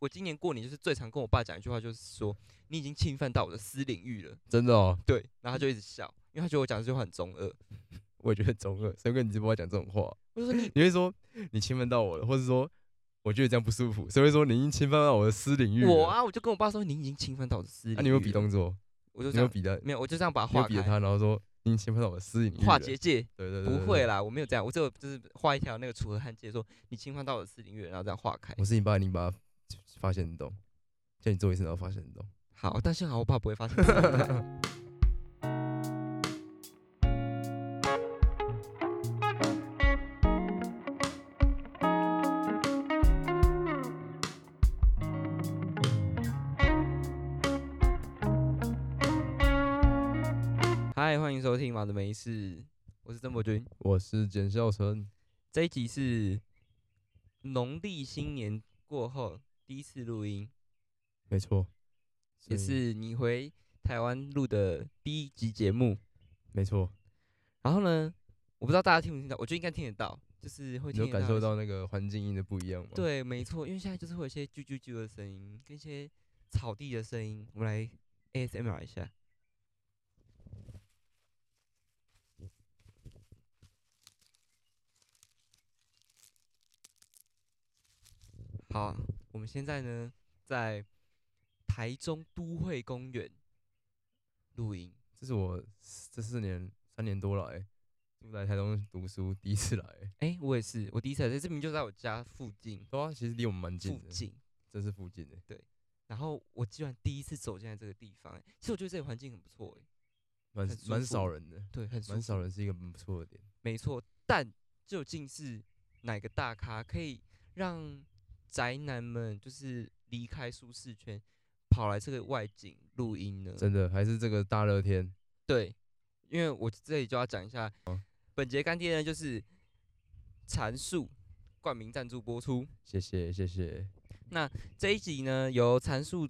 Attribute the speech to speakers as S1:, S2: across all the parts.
S1: 我今年过年就是最常跟我爸讲一句话，就是说你已经侵犯到我的私领域了。
S2: 真的哦，
S1: 对，然后他就一直笑，因为他觉得我讲这句话很中二。
S2: 我也觉得很中二，谁会跟你直播讲这种话？
S1: 我就说你
S2: 你会说你侵犯到我了，或者说我觉得这样不舒服，谁会说你已经侵犯到我的私领域了？
S1: 我啊，我就跟我爸说你已经侵犯到我的私领域
S2: 啊，
S1: 了。
S2: 你有没有比动作？
S1: 我就
S2: 你
S1: 这
S2: 有
S1: 样，
S2: 比的，
S1: 没有，我就这样把它
S2: 你有
S1: 划
S2: 比着
S1: 开，
S2: 他，然后说你已经侵犯到我的私领域了。呃
S1: 划结界。
S2: 对对对对
S1: 不会，啦，我没有这样，我只有就是画一条那个楚河汉界，说你侵犯到我的私领域了，然后这样划开
S2: 对。我是你爸，你把它发现你懂，叫你做一次，然后发现你懂。
S1: 好，但幸好我爸不会发现。嗨，欢迎收听《马的没事》，我是曾博君。
S2: 我是简孝成，
S1: 这一集是农历新年过后第一次录音，
S2: 没错，
S1: 也
S2: 所以
S1: 是你回台湾录的第一集节目。
S2: 没错，
S1: 然后呢，我不知道大家听不听到，我觉得应该听得到，就是会
S2: 你
S1: 听
S2: 有
S1: 得
S2: 感受
S1: 一些。
S2: 到那个环境音的不一样吗？，
S1: 对，没错，因为现在就是会有一些啾啾啾的声音，跟一些草地的声音，我们来 ASMR 一下。好，我们现在呢在台中都会公园录音，
S2: 这是我这四年三年多来住在台东读书第一次来，
S1: 哎、我也是，我第一次来这，这明明就在我家附近，
S2: 对啊，其实离我们蛮近
S1: 附
S2: 的，
S1: 近。
S2: 真是附近的。
S1: 然后我居然第一次走进来这个地方、欸，其实我觉得这里环境很不错、欸，
S2: 蛮
S1: 很舒
S2: 蛮
S1: 服
S2: 少人的，
S1: 对，很舒
S2: 蛮少
S1: 服，
S2: 人是一个蛮不错的点。
S1: 没错。但究竟是哪个大咖可以让宅男们就是离开舒适圈，跑来这个外景录音呢？
S2: 真的，还是这个大热天，
S1: 对，因为我这里就要讲一下，
S2: 哦
S1: 本节干爹呢就是阐述冠名赞助播出。
S2: 谢谢谢谢。
S1: 这一集呢，由阐述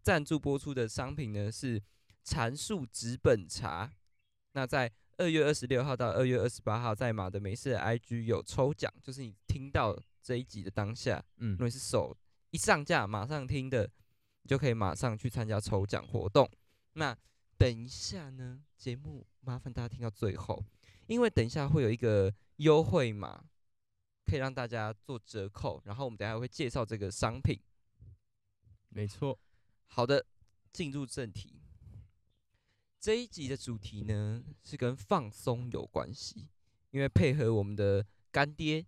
S1: 赞助播出的商品呢是阐述纸本茶。那在二月二十六号到二月二十八号，在马德梅市的 IG 有抽奖，就是你听到这一集的当下，
S2: 嗯
S1: 如果你是手一上架马上听的，你就可以马上去参加抽奖活动。那等一下呢，节目麻烦大家听到最后，因为等一下会有一个优惠码，可以让大家做折扣，然后我们等一下会介绍这个商品。
S2: 没错，
S1: 好的，进入正题。这一集的主题呢是跟放松有关系，因为配合我们的干爹，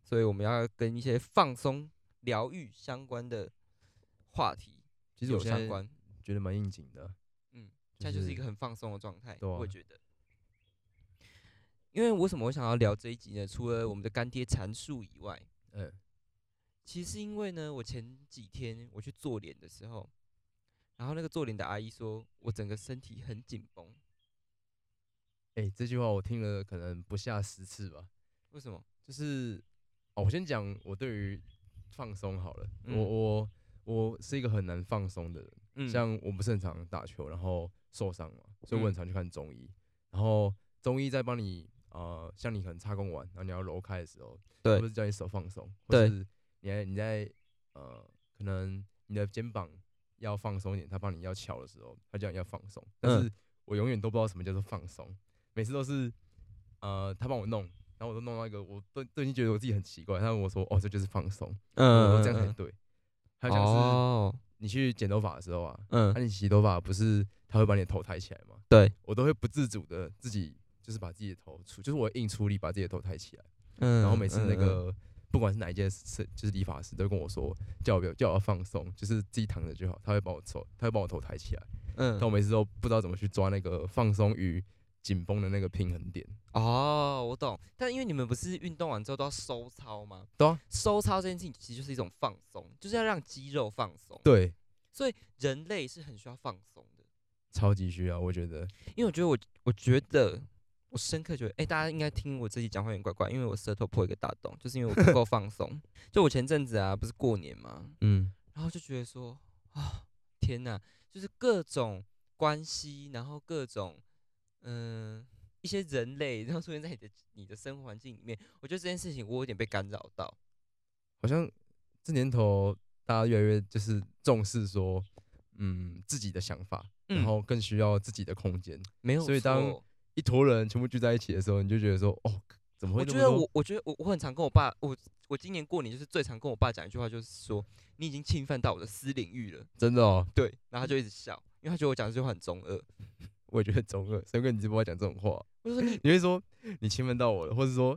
S1: 所以我们要跟一些放松、疗愈相关的话题
S2: 其实
S1: 有
S2: 我现
S1: 相
S2: 在
S1: 关。
S2: 觉得蛮应景的，
S1: 嗯，现在就是一个很放松的状态，
S2: 对啊
S1: 我觉得。因为为什么我想要聊这一集呢？除了我们的干爹阐述以外，
S2: 嗯，
S1: 其实因为呢，我前几天我去做脸的时候，然后那个做脸的阿姨说我整个身体很紧绷，
S2: 哎、这句话我听了可能不下十次吧。
S1: 为什么？
S2: 就是，哦，我先讲我对于放松好了，
S1: 嗯
S2: 我我我是一个很难放松的人，
S1: 嗯
S2: 像我不是很常打球，然后受伤嘛，所以我
S1: 嗯
S2: 很常去看中医，然后中医在帮你呃，像你可能插弓完，然后你要揉开的时候，
S1: 对
S2: 或是叫你手放松，或
S1: 对
S2: 是你在你在呃，可能你的肩膀要放松一点，他帮你要翘的时候，他叫你要放松，但
S1: 嗯
S2: 是我永远都不知道什么叫做放松，每次都是呃，他帮我弄。然后我都弄到一个，我都都已经觉得我自己很奇怪。他问我说：“哦，这就是放松，我说这样才对。”还有像是
S1: 嗯哦，
S2: 你去剪头发的时候啊，
S1: 嗯
S2: 那、你洗头发不是他会把你的头抬起来吗？
S1: 对，
S2: 我都会不自主的自己就是把自己的头出，就是我会硬出力把自己的头抬起来。
S1: 嗯
S2: 然后每次那，
S1: 嗯嗯
S2: 个、不管是哪一件事，就是理发师都跟我说叫我不要叫我要放松，就是自己躺着就好，他会帮我头他会帮我头抬起来。
S1: 嗯，
S2: 但我每次都不知道怎么去抓那个放松与紧绷的那个平衡点。
S1: 哦，我懂。但因为你们不是运动完之后都要收操吗？
S2: 对啊
S1: 收操这件事情其实就是一种放松，就是要让肌肉放松。
S2: 对，
S1: 所以人类是很需要放松的。
S2: 超级需要，我觉得
S1: 因为我觉得我，我觉得我深刻觉得，哎、大家应该听我自己讲话有点怪怪，因为我舌头破一个大洞，就是因为我不够放松。 就我前阵子啊，不是过年嘛，
S2: 嗯，
S1: 然后就觉得说，啊，天哪，就是各种关系，然后各种嗯、一些人类，然后出现在你的你的生活环境里面，我觉得这件事情我有点被干扰到。
S2: 好像这年头大大家越来越就是重视说，嗯，自己的想法，然
S1: 嗯
S2: 后更需要自己的空间。
S1: 没有。
S2: 所以当一坨人全部聚在一起的时候，你就觉得说，哦，怎么会
S1: 我
S2: 这
S1: 觉
S2: 么
S1: 得
S2: 多？
S1: 我，我觉得我，我很常跟我爸，我我今年过年就是最常跟我爸讲一句话，就是说你已经侵犯到我的私领域了。
S2: 真的哦，
S1: 对，然后他就一直笑，因为他觉得我讲这句话很中二。
S2: 我也觉得很中二，谁会跟你直播讲这种话？
S1: 我就说你
S2: 你会说你侵犯到我了，或者说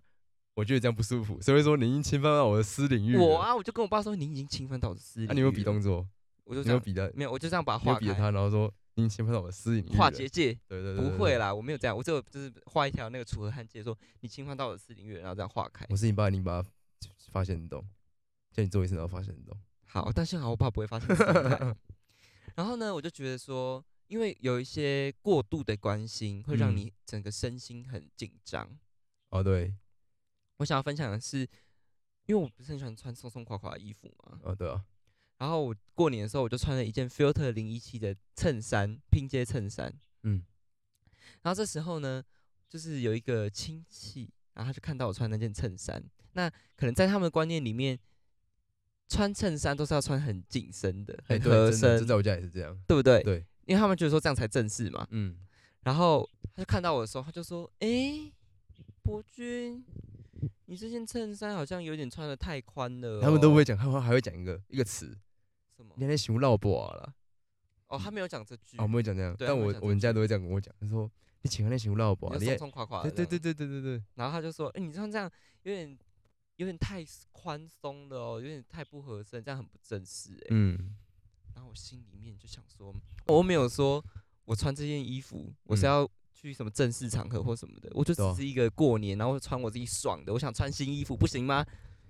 S2: 我觉得这样不舒服，谁会说你已经侵犯到我的私领域了？
S1: 我，啊，我就跟我爸说你已经侵犯到我的私领域
S2: 那、
S1: 了。
S2: 你有没有比动作？
S1: 我就
S2: 你
S1: 这
S2: 有
S1: 样，
S2: 比的，
S1: 没有，我就这样把它
S2: 你有
S1: 划
S2: 比着
S1: 开，
S2: 他，然后说你已经侵犯到我的私领域了。
S1: 划界界。
S2: 对对对
S1: 不会
S2: 啦，
S1: 啦，我没有这样，我只有就是画一条那个楚河汉界，说你侵犯到我的私领域了，然后这样划开。
S2: 我是你爸，你把它发现你懂，叫你做一次，然后发现你懂。
S1: 好，但幸好我爸不会发现这种态。然后呢，我就觉得说，因为有一些过度的关心，会让
S2: 嗯
S1: 你整个身心很紧张。
S2: 哦，对，
S1: 我想要分享的是，因为我不是很喜欢穿松松垮垮的衣服嘛，
S2: 哦对啊，
S1: 然后我过年的时候我就穿了一件 Filter 零一七的衬衫，拼接衬衫。
S2: 嗯，
S1: 然后这时候呢，就是有一个亲戚，然后他就看到我穿那件衬衫。那可能在他们的观念里面，穿衬衫都是要穿很紧身的、
S2: 哎
S1: 很
S2: 对
S1: 合
S2: 真的
S1: 身，
S2: 这在我家也是这样。
S1: 对不对？
S2: 对，
S1: 因为他们觉得说这样才正式嘛。
S2: 嗯，
S1: 然后他就看到我的时候，他就说：“诶，伯君，你这件衬衫好像有点穿的太宽了哦、
S2: 他们都不会讲，他们还会讲一个一个词，
S1: 什么
S2: 你？那天熊绕脖啊啦。
S1: 哦，他没有讲这句。
S2: 啊，我们会讲这样，
S1: 对
S2: 但
S1: 他们
S2: 我
S1: 会讲
S2: 我们家都会这样跟我讲，他说你请那熊绕脖啊，
S1: 你
S2: 你
S1: 就
S2: 也
S1: 松松垮垮的
S2: 对
S1: 这
S2: 对
S1: 样，
S2: 对对对对对，
S1: 然后他就说：“哎、你穿这样有点有点太宽松了哦，有点太不合身，这样很不正式哎、
S2: 嗯，
S1: 然后我心里面就想说，我没有说我穿这件衣服我是
S2: 嗯
S1: 要去什么正式场合或什么的，我就
S2: 对啊
S1: 只是一个过年，然后穿我自己爽的，我想穿新衣服不行吗？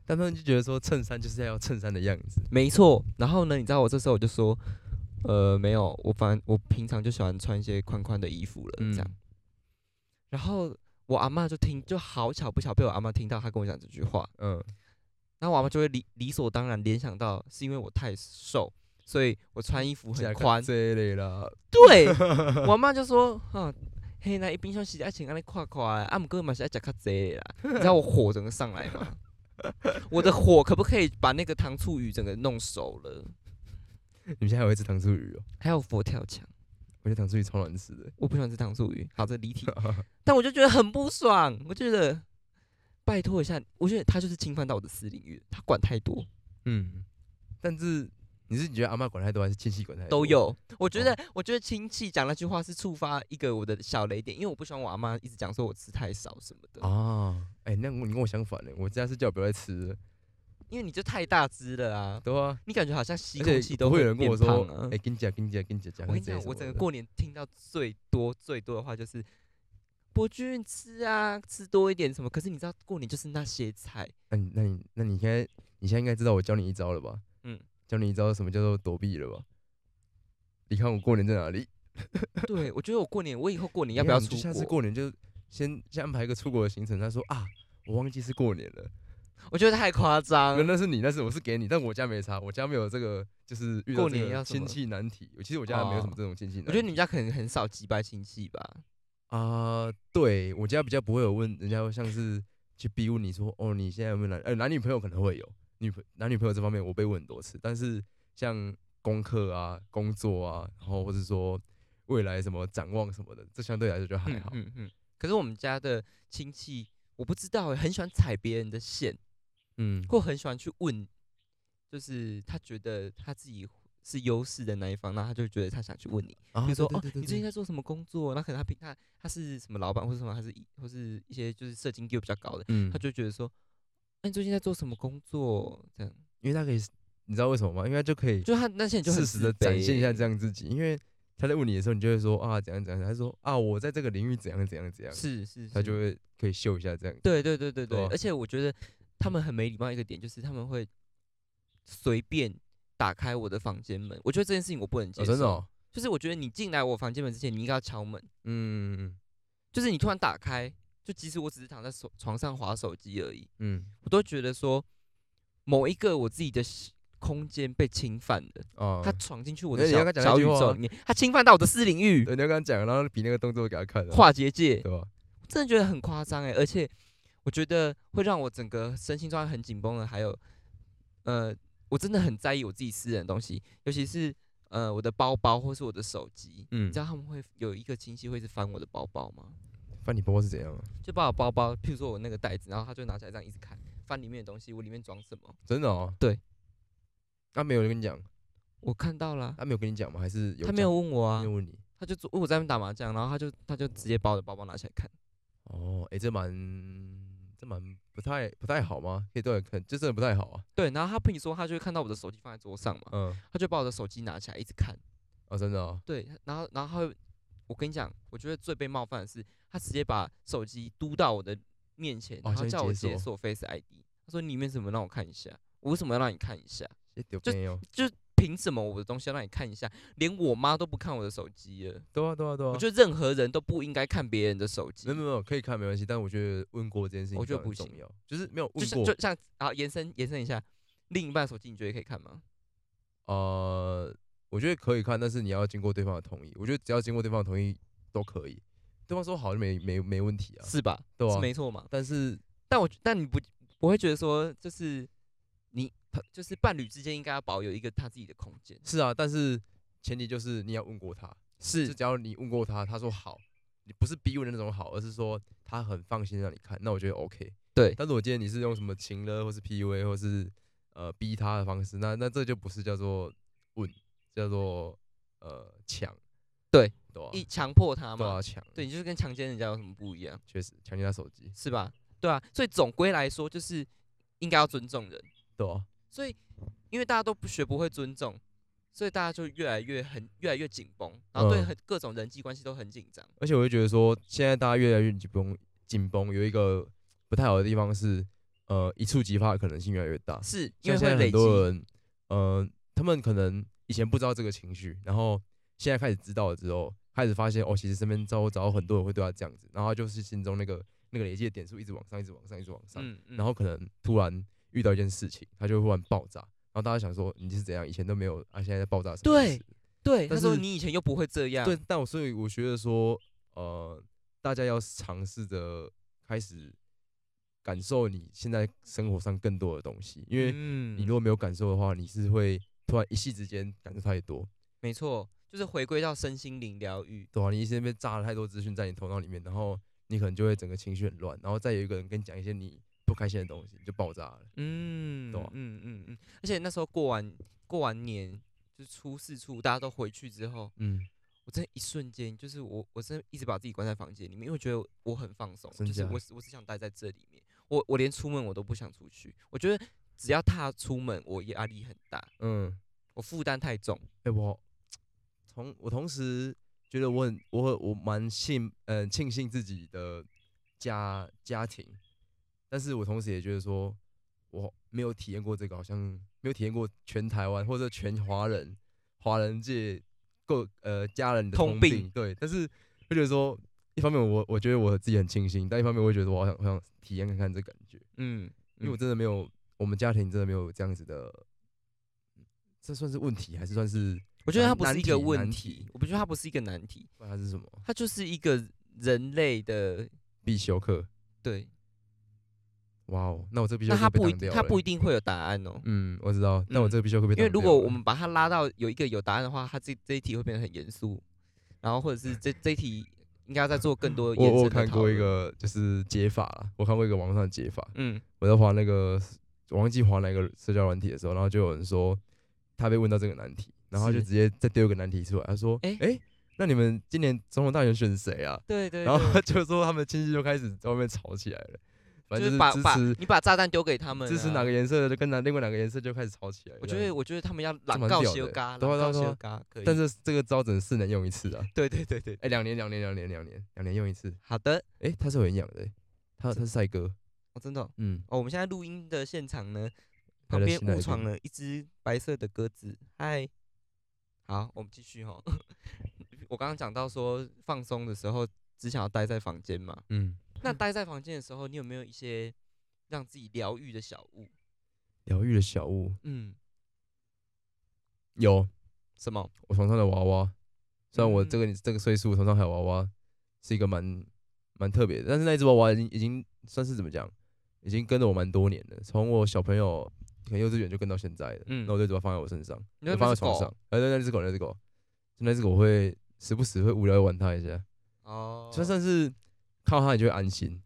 S2: 但他们就觉得说衬衫就是要衬衫的样子，
S1: 没错。然后呢，你知道我这时候我就说，呃，没有，我反我平常就喜欢穿一些宽宽的衣服了，这样。
S2: 嗯
S1: 然后我阿嬷就听，就好巧不巧被我阿嬷听到，她跟我讲这句话，
S2: 嗯，
S1: 然后我阿妈就会理理所当然联想到是因为我太瘦，所以我穿衣服
S2: 现在
S1: 很
S2: 看
S1: 宽。
S2: 这一类啦，
S1: 对，我阿妈就说：“哈，嘿，那一冰箱洗爱情安尼垮垮的，啊，姆哥嘛是爱吃较济的啦。”你知道我火整个上来 吗？我的火可不可以把那个糖醋鱼整个弄熟了？
S2: 你们现在还会吃糖醋鱼哦，
S1: 还有佛跳墙，
S2: 我觉得糖醋鱼超难吃的，
S1: 我不喜欢吃糖醋鱼。好，这离 题，但我就觉得很不爽，我就觉得拜托一下，我觉得他就是侵犯到我的私领域，他管太多。
S2: 嗯，但是你是觉得阿嬷管太多还是亲戚管太多？
S1: 都有。我觉
S2: 哦
S1: 得，我觉得亲戚讲那句话是触发一个我的小雷点，因为我不喜欢我阿妈一直讲说我吃太少什么的，
S2: 啊，哎、那我你跟我相反呢，我家是叫我不要再吃了，
S1: 因为你就太大只了啊，
S2: 对啊，
S1: 你感觉好像吸
S2: 而
S1: 空
S2: 且
S1: 气都
S2: 不会有人跟
S1: 变
S2: 我
S1: 胖
S2: 说，
S1: 啊
S2: 哎、。跟你讲，跟你讲，跟你讲，讲
S1: 我跟
S2: 看
S1: 你
S2: 这些
S1: 讲，
S2: 什
S1: 我
S2: 么
S1: 整个
S2: 的
S1: 过年听到最多最多的话就是。伯君吃啊，吃多一点什么？可是你知道过年就是那些菜，
S2: 那你那你那你现在你现在应该知道我教你一招了吧？
S1: 嗯，
S2: 教你一招什么叫做躲避了吧？你看我过年在哪里？
S1: 对我觉得我过年，我以后过年
S2: 你
S1: 要不要
S2: 看我们
S1: 出
S2: 就下次
S1: 国？
S2: 过年就先先安排一个出国的行程。他说啊，我忘记是过年了。
S1: 我觉得太夸张
S2: 那、，那是你，那是我是给你，但我家没差，我家没有这个就是遇到
S1: 过
S2: 这
S1: 年
S2: 个
S1: 要什
S2: 亲
S1: 么哦
S2: 戚难题。其实我家没有什么这种亲戚难题。
S1: 我觉得你们家可能很少击败亲戚吧。
S2: 啊、对我家比较不会有问人家会像是去逼问你说，哦，你现在有没有男呃男女朋友可能会有女朋男女朋友这方面我被问很多次，但是像功课啊、工作啊，然后或者说未来什么展望什么的，这相对来说就还
S1: 嗯
S2: 好。
S1: 嗯嗯。可是我们家的亲戚，我不知道欸、很喜欢踩别人的线，
S2: 嗯，
S1: 或很喜欢去问，就是他觉得他自己是优势的那一方，那他就觉得他想去问你，
S2: 啊
S1: 比如说
S2: 对对
S1: 哦，
S2: 对
S1: 你最
S2: 对
S1: 近在做什么工作？那可能他平他他是什么老板或者什么，他是一或是一些就是社经地位比较高的，
S2: 嗯
S1: 他，就觉得说，哎那、你最近在做什么工作？这样，
S2: 因为他可以，你知道为什么吗？因为他就可以
S1: 就他那些人就很
S2: 适时的
S1: 自卑
S2: 展现一下
S1: 欸
S2: 这样自己，因为他在问你的时候，你就会说啊怎样怎样，他说啊我在这个领域怎样怎样怎样，
S1: 是是，
S2: 他
S1: 是
S2: 就会可以秀一下这样。
S1: 对对对对
S2: 对
S1: 对，
S2: 啊
S1: 而且我觉得他们很没礼貌一个点就是他们会随便打开我的房间门，我觉得这件事情我不能接
S2: 哦，
S1: 受。
S2: 真的、哦，
S1: 就是我觉得你进来我房间门之前，你应该要敲门，
S2: 嗯嗯嗯
S1: 就是你突然打开，就即使我只是躺在手床上划手机而已，
S2: 嗯。
S1: 我都觉得说某一个我自己的西空间被侵犯了，
S2: 哦，
S1: 他闯进去我
S2: 那
S1: 的
S2: 你要
S1: 小
S2: 跟他讲
S1: 小
S2: 那
S1: 宇
S2: 句话
S1: 宙
S2: 啊
S1: 里面，他侵犯到我的私领域，
S2: 对，你要跟他讲，然后比那个动作给他看、啊，
S1: 划结界。
S2: 对吧？
S1: 真的觉得很夸张哎，而且我觉得会让我整个身心状态很紧绷的，还有呃，我真的很在意我自己私人的东西，尤其是呃我的包包或是我的手机。
S2: 嗯
S1: 你知，道他们会有一个亲戚会是翻我的包包吗？
S2: 翻你包包是怎样啊？
S1: 就把我包包，譬如说我那个袋子，然后他就拿起来这样一直看，翻里面的东西，我里面装什么，
S2: 真的哦。
S1: 对，
S2: 他没有跟你讲，
S1: 我看到了啊、
S2: 他没有跟你讲吗？还是有
S1: 他没有问我
S2: 讲
S1: 啊
S2: 没有，问你？
S1: 他就坐我在那边打麻将，然后他就他就直接把我的包包拿起来看。
S2: 哦，哎、这蛮这蛮不太不太好吗？可以对，可这真的不太好啊。
S1: 对，然后他跟你说，他就会看到我的手机放在桌上嘛，
S2: 嗯，
S1: 他就把我的手机拿起来一直看。
S2: 哦，真的哦，
S1: 对，然后然后他会，我跟你讲，我觉得最被冒犯的是，他直接把手机嘟到我的面前，
S2: 哦
S1: 然后
S2: 先
S1: 叫我
S2: 解
S1: 解
S2: 锁
S1: 锁 Face ID。他说你里面什么让我看一下？我为什么要让你看一下？
S2: 也丢哦
S1: 就
S2: 没有。
S1: 凭什么我的东西要让你看一下？连我妈都不看我的手机了。
S2: 对啊，对啊，对啊。
S1: 我觉得任何人都不应该看别人的手机
S2: 没有。没有没有可以看没关系，但我觉得问过这件事情
S1: 我觉得
S2: 非常
S1: 不
S2: 重
S1: 行
S2: 要，就是没有
S1: 就
S2: 问
S1: 像
S2: 过
S1: 就像啊，延伸延伸一下，另一半的手机你觉得可以看吗？
S2: 呃，我觉得可以看，但是你要经过对方的同意。我觉得只要经过对方的同意都可以，对方说好就没没没问题啊，
S1: 是吧？
S2: 对啊
S1: 是。没错嘛。
S2: 但是
S1: 但我但你不，我会觉得说，就是你就是伴侣之间应该要保有一个他自己的空间。
S2: 是啊，但是前提就是你要问过他，就是只要你问过他，他说好，你不是逼问的那种好，而是说他很放心让你看，那我觉得 OK。
S1: 对
S2: 但是我今天你是用什么情勒，或是 PUA，或是呃逼他的方式，那那这就不是叫做问，叫做呃抢。
S1: 对，
S2: 对啊，
S1: 一强迫他
S2: 对
S1: 嘛
S2: 啊，，抢，
S1: 对，你就是跟强奸人家有什么不一样，
S2: 确实抢劫他手机，
S1: 是吧？对啊，所以总归来说，就是应该要尊重人。
S2: 对啊，
S1: 所以因为大家都不学不会尊重，所以大家就越来越很越来越紧绷，然后对
S2: 嗯
S1: 很各种人际关系都很紧张。
S2: 而且我就觉得说，现在大家越来越紧绷，紧绷有一个不太好的地方是，呃，一触即发的可能性越来越大。
S1: 是因
S2: 像
S1: 为会
S2: 现在
S1: 累
S2: 很
S1: 积，
S2: 多人，呃，他们可能以前不知道这个情绪，然后现在开始知道了之后，开始发现哦，其实身边周遭很多人会对他这样子，然后他就是心中那个那个累积的点数一直往上，一直往上，一直往上，
S1: 嗯，嗯
S2: 然后可能突然遇到一件事情，他就会忽然爆炸，然后大家想说你是怎样，以前都没有，啊，现在在爆炸什么意
S1: 对
S2: 思？
S1: 对他
S2: 但
S1: 说
S2: 是
S1: 你以前又不会这样，
S2: 对，但我所以我觉得说，呃，大家要尝试着开始感受你现在生活上更多的东西，因为
S1: 嗯
S2: 你如果没有感受的话，你是会突然一夕之间感受太多，
S1: 没错，就是回归到身心灵疗愈。
S2: 对吧、啊你一时间被炸了太多资讯在你头脑里面，然后你可能就会整个情绪很乱，然后再有一个人跟你讲一些你不开心的东西，你就爆炸了。
S1: 嗯，
S2: 对啊
S1: 嗯嗯嗯，而且那时候过完过完年，就是初四初五大家都回去之后，
S2: 嗯，
S1: 我真的一瞬间，就是我我真的一直把自己关在房间里面，因为我觉得我很放松，
S2: 真
S1: 就是
S2: 假
S1: 我只我只想待在这里面，我我连出门我都不想出去，我觉得只要踏出门，我压力很大，
S2: 嗯，
S1: 我负担太重。
S2: 哎、我同我同时觉得我很我很我蛮幸嗯庆幸自己的家家庭，但是我同时也觉得说我没有体验过这个，好像没有体验过全台湾或者全华人华人界各呃家人的
S1: 通
S2: 通
S1: 病
S2: 对，但是会觉得说。一方面我，我觉得我自己很庆幸，但一方面，我也觉得我好想，我想体验看看这感觉，
S1: 嗯，
S2: 因为
S1: 嗯
S2: 我真的没有，我们家庭真的没有这样子的，这算是问题还是算是
S1: 我觉得它
S2: 难
S1: 不是
S2: 难
S1: 一个
S2: 题
S1: 问
S2: 难
S1: 题，
S2: 题
S1: 我不觉得它不是一个难题，
S2: 不然它是什么
S1: 它就是一个人类的
S2: 必修课？
S1: 对。
S2: 哇哦，那我这必修
S1: 那
S2: 课
S1: 它
S2: 被
S1: 不一
S2: 挡掉
S1: 它
S2: 了
S1: 不一定会有答案哦，
S2: 嗯，我知道，但我
S1: 嗯
S2: 这个必修课被
S1: 因为
S2: 挡
S1: 如
S2: 掉
S1: 果
S2: 了
S1: 我们把它拉到有一个有答案的话，它这这一题会变得很严肃，然后或者是这这一题应该要再做更多
S2: 我
S1: 延
S2: 我
S1: 伸
S2: 有
S1: 的
S2: 看
S1: 讨
S2: 过一
S1: 论。
S2: 个就是解法啦，我看过一个网上的解法，
S1: 嗯，
S2: 我在滑那个我忘记滑哪个社交软体的时候，然后就有人说他被问到这个难题，然后他就是直接再丢一个难题出来，他说：“哎、
S1: 诶
S2: 那你们今年总统大选选谁啊
S1: 对？”对，
S2: 然后
S1: 对
S2: 他就说他们亲戚就开始在外面吵起来了，反
S1: 就
S2: 正
S1: 是
S2: 就
S1: 把
S2: 是支
S1: 把
S2: 持
S1: 你把炸弹丢给他们、啊，
S2: 支持哪个？颜色的就跟哪另外哪个颜色就开始吵起来了。
S1: 我
S2: 这
S1: 觉
S2: 样
S1: 得，我觉得他们要朗
S2: 蛮
S1: 告
S2: 屌
S1: 修
S2: 的
S1: 嘎，
S2: 对啊
S1: 朗告
S2: 对啊对啊
S1: 修嘎可以。
S2: 但是这个招只能四年用一次啊。
S1: 对对对对，
S2: 哎、两年，两年，两年，两年，两年用一次。
S1: 好的，
S2: 哎、他是有营养的、他
S1: 是
S2: 他是帅哥，
S1: 哦，真的哦
S2: 嗯，
S1: 哦我们现在录音的现场呢，
S2: 来
S1: 旁
S2: 了
S1: 边
S2: 新来
S1: 误闯
S2: 宾
S1: 了一只白色的鸽子，嗨。好，我们继续哦。 我刚刚讲到说放松的时候只想要待在房间嘛，
S2: 嗯，
S1: 那待在房间的时候，你有没有一些让自己疗愈的小物？
S2: 疗愈的小物
S1: 嗯，
S2: 有
S1: 什么？
S2: 我床上的娃娃，虽然我这
S1: 嗯
S2: 个、这个岁数床上还有娃娃是一个蛮蛮特别的，但是那只娃娃已经已经算是怎么讲，已经跟着我蛮多年的，从我小朋友可能幼稚园就跟到现在了，
S1: 嗯
S2: 那我就只把它放在我身上，
S1: 你说
S2: 就放
S1: 那
S2: 在
S1: 是
S2: 床
S1: 狗
S2: 上，哎，对，那只狗，那只狗，那只狗会时不时会无聊地玩它一下，
S1: 哦，
S2: 就算是看到它你就会安心，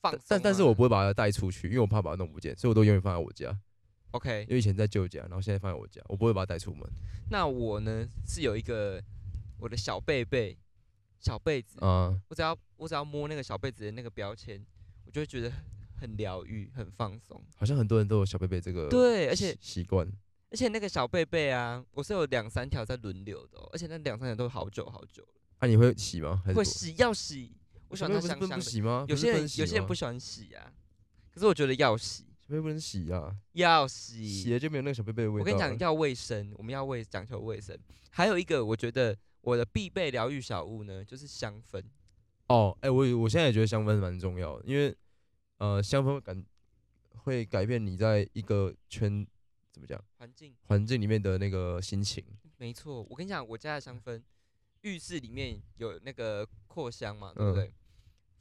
S1: 放
S2: 但但但是
S1: 松啊
S2: 我不会把它带出去，因为我怕把它弄不见，所以我都永远放在我家，
S1: OK
S2: 因。为以前在舅家，然后现在放在我家，我不会把它带出门
S1: 那我呢是有一个我的小贝贝，小被子，
S2: 啊，
S1: 我只要我只要摸那个小被子的那个标签，我就会觉得很疗愈，很放松。
S2: 好像很多人都有小贝贝这个
S1: 对，而且
S2: 习习惯，
S1: 而且那个小贝贝啊，我是有两三条在轮流的、哦，而且那两三条都好久好久了，
S2: 啊，你会洗吗？还是
S1: 会
S2: 不
S1: 洗要洗，我喜
S2: 小
S1: 欢它
S2: 贝不是
S1: 香
S2: 不能
S1: 香
S2: 不
S1: 的。
S2: 洗吗？
S1: 有
S2: 不是
S1: 些
S2: 能
S1: 人
S2: 洗
S1: 有些人
S2: 吗
S1: 不喜欢洗哦啊，可是我觉得要洗
S2: 小贝贝不能洗啊，
S1: 要
S2: 洗
S1: 洗。
S2: 了就没有那个小贝贝的味道
S1: 我
S2: 了。
S1: 跟你讲，要卫生，我们要卫讲求卫生。还有一个，我觉得我的必备疗愈小物呢，就是香氛。
S2: 哦，哎、我也我现在也觉得香氛蛮重要的，因为呃，香氛感会改变你在一个圈怎么讲
S1: 环境。
S2: 环境里面的那个心情。
S1: 没错，我跟你讲，我家的香氛，浴室里面有那个扩香嘛，对不
S2: 嗯
S1: 对？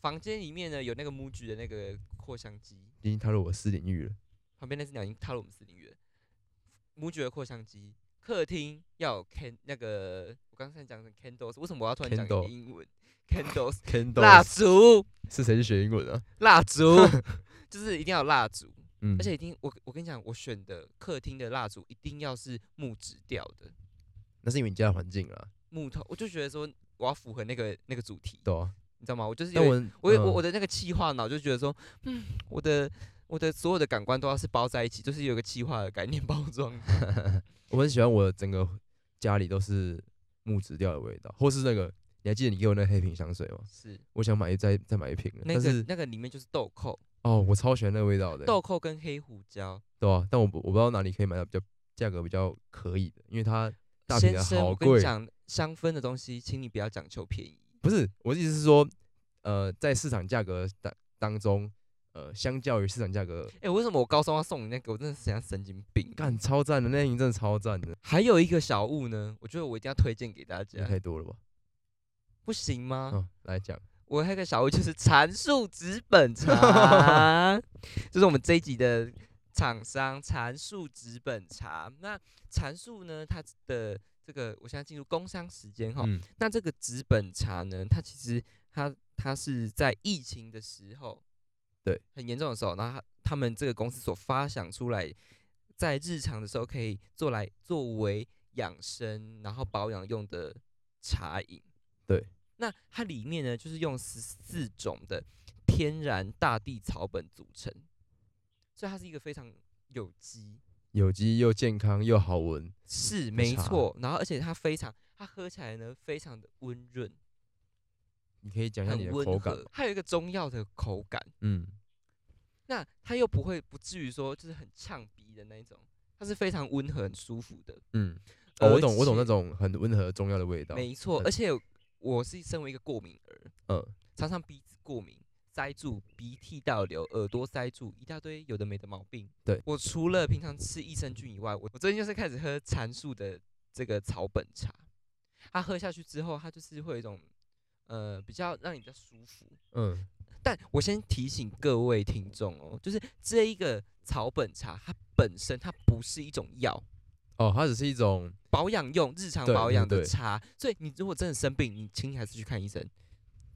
S1: 房间里面呢有那个木具的那个扩香机，
S2: 已经踏入我私领 域了，
S1: 旁边那只鸟已经踏入我们森林园。木具的扩香机，客厅要有 can 那个，我刚才讲的 candles，为什么我要突然讲
S2: Candle
S1: 英文 ？candles，蜡
S2: Candle
S1: 烛，
S2: 是谁去学英文啊？
S1: 蜡烛， 就是一定要有蜡烛，
S2: 嗯，
S1: 而且一定我我跟你讲，我选的客厅的蜡烛一定要是木质调的
S2: 那是因为你家的环境啊啦，
S1: 木头，我就觉得说我要符合那个那个主题。
S2: 对啊。
S1: 你知道吗？我就是
S2: 但
S1: 有
S2: 我
S1: 一我有
S2: 嗯
S1: 我我的那个气化脑就觉得说，嗯，我的我的所有的感官都要是包在一起，就是有一个气化的概念 包 装。
S2: 我很喜欢我整个家里都是木质调的味道，或是那个你还记得你给我那黑瓶香水吗？
S1: 是
S2: 我想买一再再买一瓶了，
S1: 那
S2: 但
S1: 个
S2: 是
S1: 那个里面就是豆蔻，
S2: 哦，我超喜欢那个味道的欸、
S1: 豆蔻跟黑胡椒。
S2: 对啊，但我不我不知道哪里可以买到比较价格比较可以的，因为它大瓶
S1: 先
S2: 的
S1: 生，
S2: 好
S1: 我跟你
S2: 贵。
S1: 讲，香氛的东西，请你不要讲求便宜。
S2: 不是，我的意思是说，呃，在市场价格当当中，呃，相较于市场价格，
S1: 哎、为什么我高中要送你那个？我真的是想神经病。
S2: 干超赞的，那瓶真的超赞的，
S1: 还有一个小物呢，我觉得我一定要推荐给大
S2: 也
S1: 家，
S2: 太多了吧？
S1: 不行吗？
S2: 嗯，来讲，
S1: 我还有一个小物就是阐述纸本茶，就是我们这一集的厂商阐述纸本茶。那阐述呢，它的这个我现在进入工商时间哈。
S2: 嗯，
S1: 那这个纸本茶呢，它其实它它是在疫情的时候，
S2: 对，
S1: 很严重的时候，然后它他们这个公司所发想出来，在日常的时候可以做来作为养生然后保养用的茶饮。
S2: 对，
S1: 那它里面呢，就是用十四种的天然大地草本组成，所以它是一个非常有机。
S2: 有机又健康又好闻，
S1: 是
S2: 不
S1: 没
S2: 差
S1: 错，然后而且它非常，它喝起来呢非常的温润，
S2: 你可以讲一下你
S1: 很
S2: 的
S1: 温
S2: 口感
S1: 和，，它有一个中药的口感，
S2: 嗯，
S1: 那它又不会不至于说就是很呛鼻的那一种，它是非常温和、很舒服的。
S2: 嗯，哦，我懂，
S1: 而
S2: 我懂那
S1: 且
S2: 种很温和中药的味道，嗯
S1: 没错，
S2: 很
S1: 而且我是身为一个过敏儿，
S2: 嗯，
S1: 常常鼻子过敏、塞住、鼻涕倒流、耳朵塞住，一大堆有的没的毛病。
S2: 对
S1: 我除了平常吃益生菌以外，我我最近就是开始喝阐述的这个草本茶，它喝下去之后，它就是会有一种呃比较让你比较舒服，
S2: 嗯，
S1: 但我先提醒各位听众哦，就是这一个草本茶，它本身它不是一种药，
S2: 哦，它只是一种，
S1: 保养用、日常
S2: 对
S1: 保
S2: 对
S1: 养的
S2: 对
S1: 茶。所以你如果真的生病，你请你还是去看医生。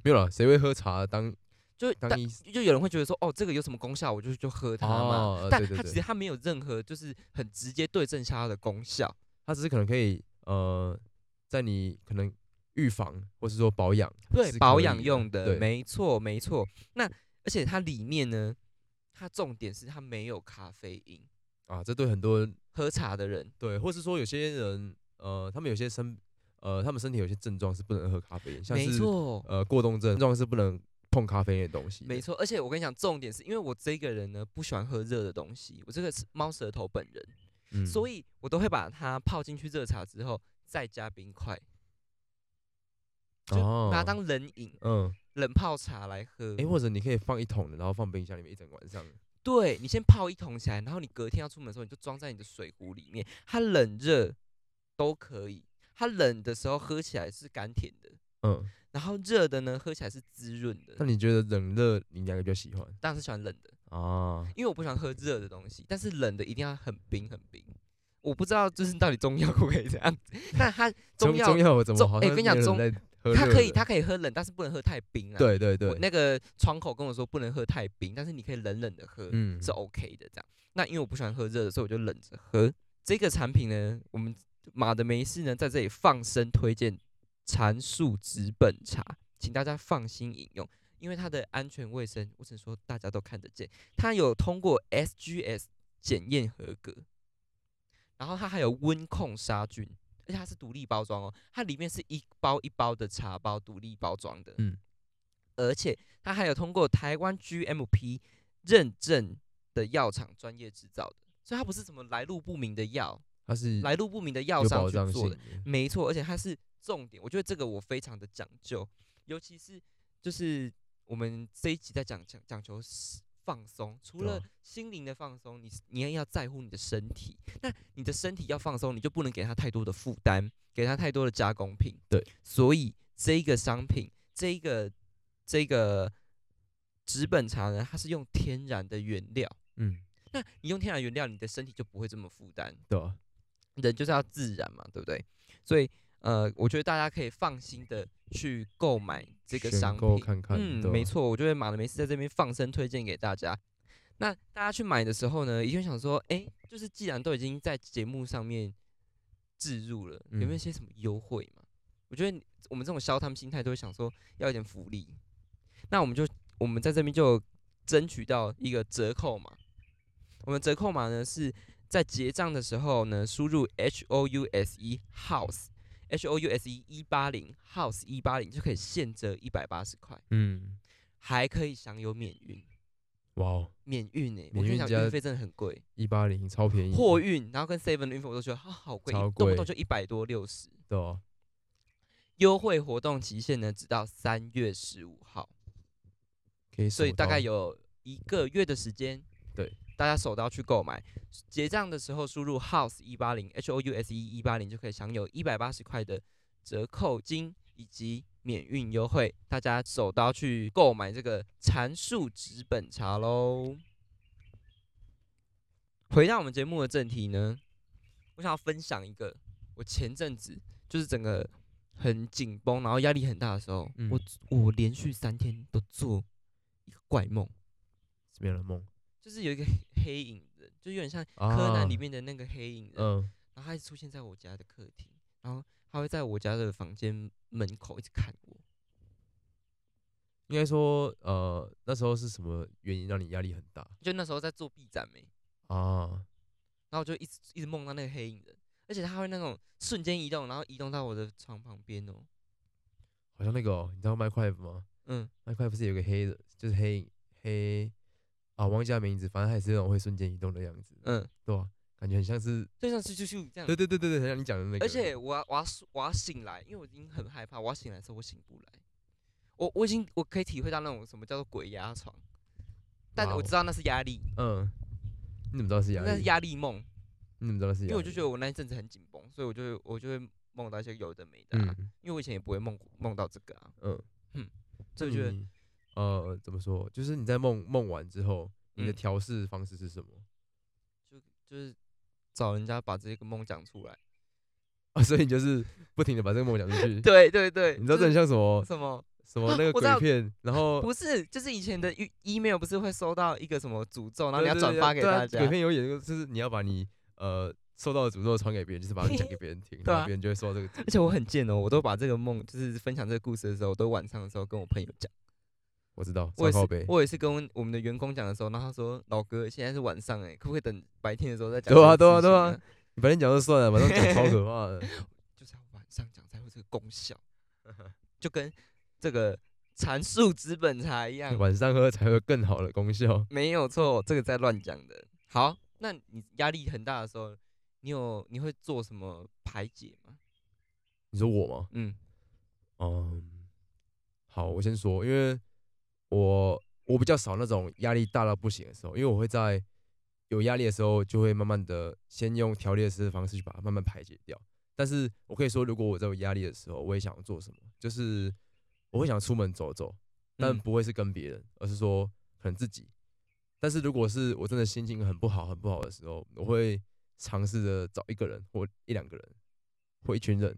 S2: 没有了，谁会喝茶当
S1: 就
S2: 当
S1: 但
S2: 医
S1: 就有人会觉得说，哦，这个有什么功效，我就就喝它嘛。
S2: 哦，呃
S1: 但
S2: 对对
S1: 它
S2: 对
S1: 其实它没有任何就是很直接对症下药的功效。
S2: 它只是可能可以呃，在你可能预防或是说保养，
S1: 对，
S2: 是
S1: 保
S2: 可
S1: 养
S2: 以
S1: 用的，
S2: 对
S1: 没错没错。那而且它里面呢，它重点是它没有咖啡因。
S2: 啊，这对很多人
S1: 喝茶的人，
S2: 对，或是说有些人呃，他们有些身呃，他们身体有些症状是不能喝咖啡因，像
S1: 没
S2: 是
S1: 错，
S2: 呃过动症症状是不能碰咖啡因的东西的，
S1: 没错，而且我跟你讲，重点是因为我这个人呢不喜欢喝热的东西，我这个是猫舌头本人，
S2: 嗯，
S1: 所
S2: 以
S1: 以我都会把它泡进去热茶之后再加冰块，就
S2: 哦，
S1: 把它当冷饮、
S2: 嗯，
S1: 冷泡茶来喝。
S2: 诶，或者你可以放一桶的，然后放冰箱里面一整晚上，
S1: 对你先泡一桶起来，然后你隔天要出门的时候，你就装在你的水壶里面，它冷热都可以。它冷的时候喝起来是甘甜的，
S2: 嗯，
S1: 然后热的呢喝起来是滋润
S2: 那
S1: 的。
S2: 你觉得冷热你哪个比较喜欢
S1: 当然是喜欢冷的，
S2: 啊，
S1: 因为我不喜欢喝热的东西，但是冷的一定要很冰很冰。我不知道就是到底中药可不可以这样，但它中
S2: 中
S1: 药
S2: 中药我怎么
S1: 中
S2: 好
S1: 哎
S2: 像
S1: 跟你讲
S2: 没有
S1: 中
S2: 人在喝
S1: 它
S2: 热
S1: 可以
S2: 的
S1: 它可以喝冷，但是不能喝太冰啊。
S2: 对对
S1: 我，
S2: 对，
S1: 那个窗口跟我说不能喝太冰，但是你可以冷冷的喝，
S2: 嗯
S1: 是 OK 的这样。那因为我不喜欢喝热的，所以我就冷着喝。这个产品呢，我们马的梅事呢在这里放声推荐阐述纸本茶，请大家放心饮用，因为它的安全卫生，我只能说大家都看得见，它有通过 SGS 检验合格，然后它还有温控杀菌，而且它是独立包装哦，它里面是一包一包的茶包独立包装的，
S2: 嗯，
S1: 而且它还有通过台湾 GMP 认证的药厂专业制造的，所以它不是什么来路不明的药，
S2: 它是
S1: 来路不明的药
S2: 嗯有
S1: 商
S2: 保
S1: 去
S2: 障
S1: 做
S2: 性
S1: 的
S2: 的，，
S1: 没错，而且它是重点，我觉得这个我非常的讲究，尤其是就是我们这一集在讲讲讲求是放松，除
S2: 对啊
S1: 了心灵的放松，你你也要在乎你的身体，那你的身体要放松，你就不能给它太多的负担，给它太多的加工品，
S2: 对，
S1: 所以这一个商品，这一个这一个纸本茶呢，它是用天然的原料，
S2: 嗯，
S1: 那你用天然原料，你的身体就不会这么负担，
S2: 对啊，
S1: 人就是要自然嘛，对不对？所以呃，我觉得大家可以放心的去购买这个
S2: 选
S1: 商
S2: 购
S1: 品，
S2: 看看
S1: 嗯，
S2: 对
S1: 没
S2: 啊
S1: 错，我觉得马德梅斯在这边放声推荐给大家。那大家去买的时候呢，一定会想说，哎，就是既然都已经在节目上面置入了，有没有一
S2: 嗯
S1: 些什么优惠嘛？我觉得我们这种消他们心态都会想说要一点福利，那我们就我们在这边就争取到一个折扣码。我们折扣码呢是在结账的时候呢，输入 H O U S E House H O U S E 一八零 House 一八零就可以现折一百八十块，
S2: 嗯，
S1: 还可以享有免运。
S2: 哇哦，
S1: 免运呢、欸，
S2: 免
S1: 我就
S2: 运
S1: 想
S2: 加
S1: 运费真的很贵，
S2: 一八零超便宜，
S1: 货运然后跟 seven 的运费我都觉得啊好贵，
S2: 超
S1: 动不
S2: 贵
S1: 动就一百多六十。
S2: 对啊，
S1: 优惠活动期限呢，直到三月十五号，
S2: 可以手
S1: 所以大概
S2: 刀
S1: 有一个月的时间。
S2: 对，
S1: 大家手刀去购买，结账的时候输入 house 一八零 h o u s e 一八零就可以享有一百八十块的折扣金以及免运优惠。大家手刀去购买这个阐述纸本茶喽。回到我们节目的正题呢，我想要分享一个我前阵子就是整个很紧绷，然后压力很大的时候，
S2: 嗯
S1: 我我连续三天都做一个怪梦，
S2: 什么样的梦？
S1: 就是有一个 黑黑影人，就有点像柯南里面的那个黑影人，
S2: 啊啊，嗯，
S1: 然后他一直出现在我家的客厅，然后他会在我家的房间门口一直看我。
S2: 应该说，呃，那时候是什么原因让你压力很大
S1: 就那时候在做 B 展没，
S2: 啊？
S1: 然后我就一直一直梦到那个黑影人，而且他会那种瞬间移动，然后移动到我的床旁边哦。
S2: 好像那个、哦，你知道麦块吗？
S1: 嗯，
S2: 麦块不是有个黑的，就是黑黑啊，忘记他名字，反正他也是那种会瞬间移动的样子，
S1: 嗯，
S2: 对吧、感觉很像是，
S1: 就像咻咻咻这样
S2: 对。对对对对，很像你讲的那个，
S1: 而且我要我要睡我要醒来，因为我已经很害怕，我要醒来的时候我醒不来。我我已经我可以体会到那种什么叫做鬼压床，但
S2: 哇
S1: 我
S2: 哦
S1: 知道那是压力，
S2: 嗯，你怎么知道是压力？
S1: 那是压力梦，
S2: 你怎么知道是压
S1: 因
S2: 力？
S1: 为我就觉得我那一阵子很紧绷，所以我就会我就会梦到一些有的没的、啊，
S2: 嗯
S1: 因为我以前也不会梦梦到这个啊，
S2: 嗯，
S1: 所以
S2: 那
S1: 我觉得
S2: 你呃，怎么说？就是你在梦梦完之后，你的
S1: 嗯
S2: 调试方式是什么？
S1: 就是找人家把这个梦讲出 来，
S2: 啊， 所以你就是不停的把这个梦讲出去。
S1: 对对对，
S2: 你知道这
S1: 就
S2: 很
S1: 是
S2: 像什么
S1: 什么？
S2: 什么
S1: 啊
S2: 那个
S1: 我知道
S2: 鬼片，然后
S1: 不是，就是以前的 e- email 不是会收到一个什么诅咒，然后你
S2: 对
S1: 要
S2: 对
S1: 转
S2: 对
S1: 发给
S2: 对啊
S1: 大家，
S2: 鬼片有演，就是你要把你呃受到的诅咒传给别人，就是把它讲给别人听，
S1: 对
S2: 然
S1: 啊
S2: 后别人就会受到这个诅
S1: 而且我很贱哦，我都把这个梦，就是分享这个故事的时候，我都晚上的时候跟我朋友讲。
S2: 我知道，
S1: 我也
S2: 烧靠
S1: 是
S2: 背，，
S1: 我也是跟我们的员工讲的时候，然后他说：“老哥，现在是晚上哎、可不可以等白天的时候再讲？”
S2: 对啊对啊对啊，你白天讲就算了，晚上讲超可怕的。
S1: 就是要晚上讲才会这个功 效，就跟这个阐述资本茶一样，
S2: 晚上喝才有更好的功效。
S1: 没有错，这个在乱讲的。好，那你压力很大的时候，你有你会做什么排解吗？
S2: 你说我吗？
S1: 嗯
S2: 嗯，好，我先说，因为我我比较少那种压力大到不行的时候，因为我会在有压力的时候，就会慢慢的先用条列式的方式去把它慢慢排解掉。但是我可以说，如果我在有压力的时候，我也想要做什么，就是我会想出门走走，但
S1: 嗯
S2: 不会是跟别人，而是说可能自己，但是如果是我真的心情很不好、很不好的时候，我会尝试着找一个人或一两个人或一群人，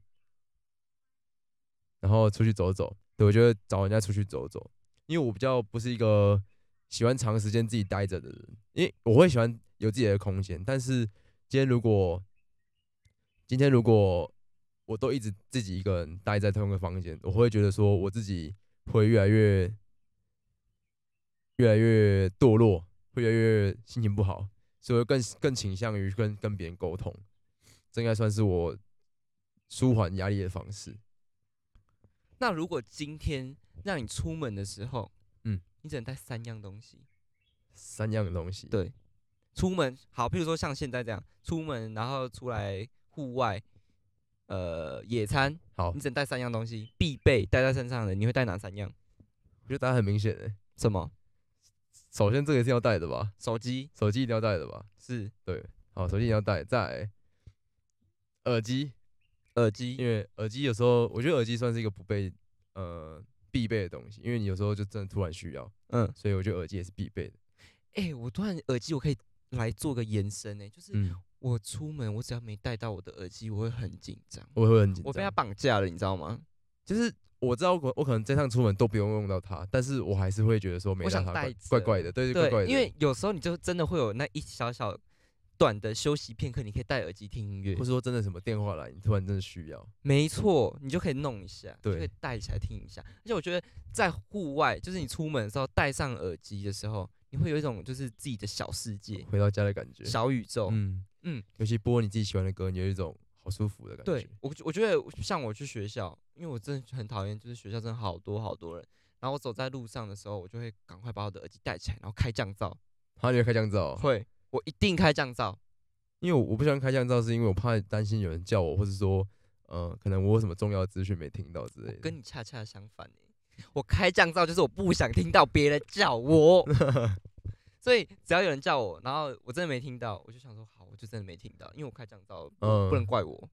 S2: 然后出去走走。对我觉得找人家出去走走，因为我比较不是一个喜欢长时间自己待着的人，因为我会喜欢有自己的空间。但是今天如果今天如果我都一直自己一个人待在同一个房间，我会觉得说我自己会越来越越来越堕落，会越来越心情不好，所以我更更倾向于跟跟别人沟通。这应该算是我舒缓压力的方式。
S1: 那如果今天让你出门的时候，
S2: 嗯，
S1: 你只能带三样东西，
S2: 三样的东西，
S1: 对出门好，譬如说像现在这样出门，然后出来户外，呃，野餐，
S2: 好
S1: 你，只能带三样东西，必备带在身上的，你会带哪三样？
S2: 我觉得答案很明显欸诶。
S1: 什么？
S2: 首先这个一定要带的吧，
S1: 手机
S2: 手机一定要带的吧。
S1: 是
S2: 好，手机一定要带，再来耳机，
S1: 耳
S2: 因
S1: 机，
S2: 为耳机有时候我觉得耳机算是一个不被呃必备的东西，因为你有时候就真的突然需要，
S1: 嗯，
S2: 所以我觉得耳机也是必备的。
S1: 哎、我突然耳机我可以来做个延伸呢、就是
S2: 嗯，
S1: 我出门我只要没带到我的耳机，我会很紧张，
S2: 我会很紧
S1: 我被他
S2: 张，
S1: 绑架了，你知道吗？
S2: 就是我知道我我可能这趟出门都不用用到它，但是我还是会觉得说没
S1: 我
S2: 带
S1: 想
S2: 它
S1: 带
S2: 怪
S1: 着
S2: 怪怪的，对，怪怪
S1: 对，
S2: 的，
S1: 因为有时候你就真的会有那一小小短的休息片刻，你可以戴耳机听音乐
S2: 或，是说真的什么电话来，你突然真的需要，
S1: 没错，你就可以弄一下，就可以
S2: 对
S1: 戴起来听一下。而且我觉得在户外，就是你出门的时候戴上耳机的时候，你会有一种就是自己的小世界、
S2: 回到家的感觉，
S1: 小宇宙。
S2: 哦嗯
S1: 嗯
S2: 嗯，尤其播你自己喜欢的歌，你有一种好舒服的感觉。
S1: 对我，我觉得像我去学校，因为我真的很讨厌，就是学校真的好多好多人。然后我走在路上的时候，我就会赶快把我的耳机戴起来，然后开降噪。
S2: 好，你会开降噪哦，
S1: 会，我一定开降噪。
S2: 因为我我不喜欢开降噪，是因为我怕担心有人叫我，或是说，呃，可能我有什么重要的资讯没听到之类的。
S1: 哦跟你恰恰相反、欸、我开降噪就是我不想听到别人叫 我，所以只要有人叫我，然后我真的没听到，我就想说好，我就真的没听到，因为我开降噪，
S2: 嗯
S1: 不能怪我，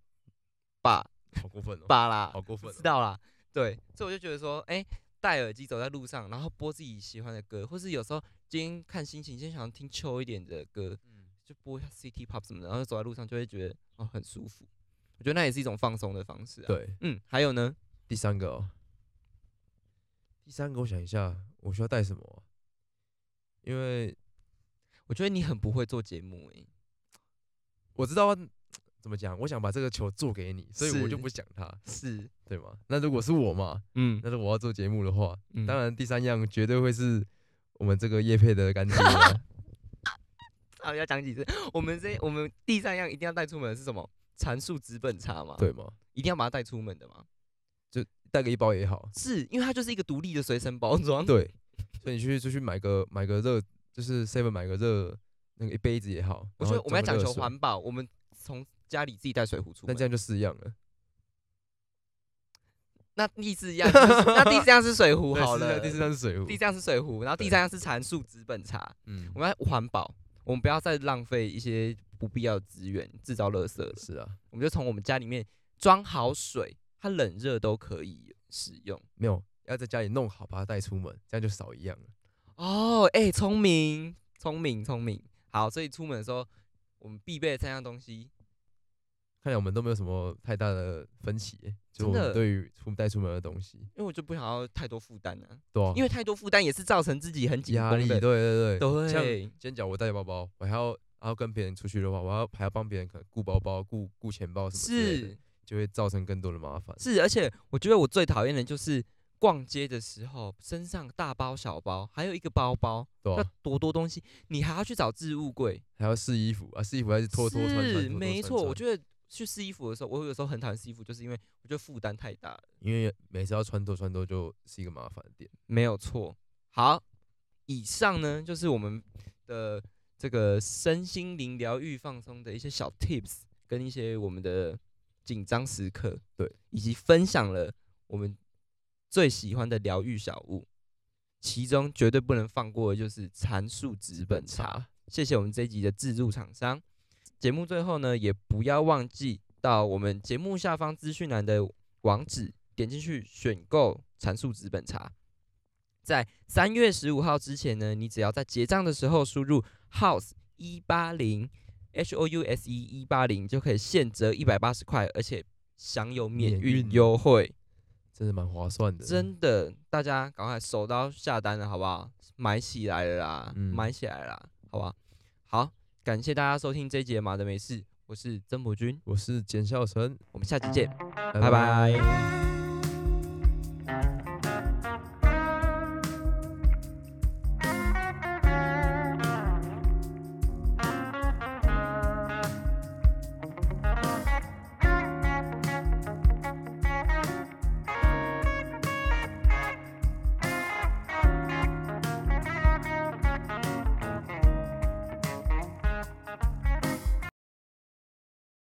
S1: 爸
S2: 好过分哦，
S1: 爸啦，
S2: 好过分、
S1: 不知
S2: 哦。
S1: 道啦，对，所以我就觉得说，哎、戴耳机走在路上，然后播自己喜欢的歌，或是有时候今天看心情，今天想要听秋一点的歌，
S2: 嗯
S1: 就播一下 City Pop 什么的，然后走在路上就会觉得哦很舒服，我觉得那也是一种放松的方式啊。，
S2: 对，
S1: 嗯，还有呢，
S2: 第三个哦，第三个我想一下，我需要带什么啊、因为
S1: 我觉得你很不会做节目、欸，
S2: 我知道怎么讲，我想把这个球做给你，所以我就是不讲它，
S1: 是，
S2: 对吗？那如果是我嘛，
S1: 嗯，
S2: 那如果我要做节目的话，
S1: 嗯
S2: 当然第三样绝对会是我们这个叶配的干爹啊、
S1: 啊，要讲几次？我们这我们第三样一定要带出门的是什么？阐述资本差嘛，，
S2: 对吗？
S1: 一定要把它带出门的嘛，
S2: 带个一包也好，
S1: 是因为它就是一个独立的随身包装，
S2: 对，所以你去出去买个买个热，就是 seven 买个热那个一杯子也好。
S1: 我觉
S2: 然后
S1: 得我们要
S2: 装
S1: 讲
S2: 个热
S1: 求
S2: 水，
S1: 环保，我们从家里自己带水壶出
S2: 那
S1: 门
S2: 这。样就四样了。
S1: 那第四样就是，那第四样是水壶
S2: 对
S1: 好
S2: 四样
S1: 了，
S2: 第四张是水壶
S1: 第，四样是水壶，然后第
S2: 对
S1: 三样是阐述资本差。
S2: 嗯
S1: 我，们要环保，我们不要再浪费一些不必要的资源，制造垃圾了。
S2: 是啊，
S1: 我们就从我们家里面装好水，它冷热都可以使用。
S2: 没有要在家里弄好，把它带出门，这样就少一样了。
S1: 哦，哎、聪明，聪明，聪明。好，所以出门的时候，我们必备的三样东西，
S2: 看来我们都没有什么太大的分歧耶，就
S1: 真
S2: 我
S1: 的
S2: 们对于出带出门的东西，
S1: 因为我就不想要太多负担啊，
S2: 对啊，
S1: 因为太多负担也是造成自己很紧
S2: 压力，
S1: 绷
S2: 对
S1: 的。
S2: 对对。像
S1: 对，
S2: 今天讲我带包包，我还要然后跟别人出去的话，我要还要帮别人可能顾包包、顾顾钱包什么之类的，
S1: 是
S2: 就会造成更多的麻烦。
S1: 是，而且我觉得我最讨厌的就是逛街的时候，身上大包小包，还有一个包包，
S2: 对
S1: 要
S2: 啊，
S1: 多多东西，你还要去找置物柜。
S2: 还要试衣服啊，试衣服还是脱脱穿
S1: 是，
S2: 穿，脱
S1: 没错，我
S2: 得
S1: 觉得。去试衣服的时候，我有时候很讨厌试衣服，就是因为我觉得负担太大了。
S2: 因为每次要穿脱穿脱就是一个麻烦的点。
S1: 没有错。好，以上呢就是我们的这个身心灵疗愈放松的一些小 tips，跟一些我们的紧张时刻，
S2: 对，
S1: 以及分享了我们最喜欢的疗愈小物，其中绝对不能放过的就是阐述纸本茶。谢谢我们这一集的自助厂商。节目最后呢，也不要忘记到我们节目下方资讯栏的网址点进去选购阐述纸本茶。在三月十五号之前呢，你只要在结账的时候输入 house 一八零 h o u s e 一八零，就可以现折一百八十块，而且享有免
S2: 免
S1: 运
S2: 运
S1: 优惠。
S2: 真的蛮划算的。
S1: 真的，大家赶快手刀下单了，好不好？买起来了啦，
S2: 嗯
S1: 买起来了啦，好吧？好，感谢大家收听这一节马的美事，我是曾博君，
S2: 我是简孝成，
S1: 我们下集见，
S2: 拜
S1: 拜拜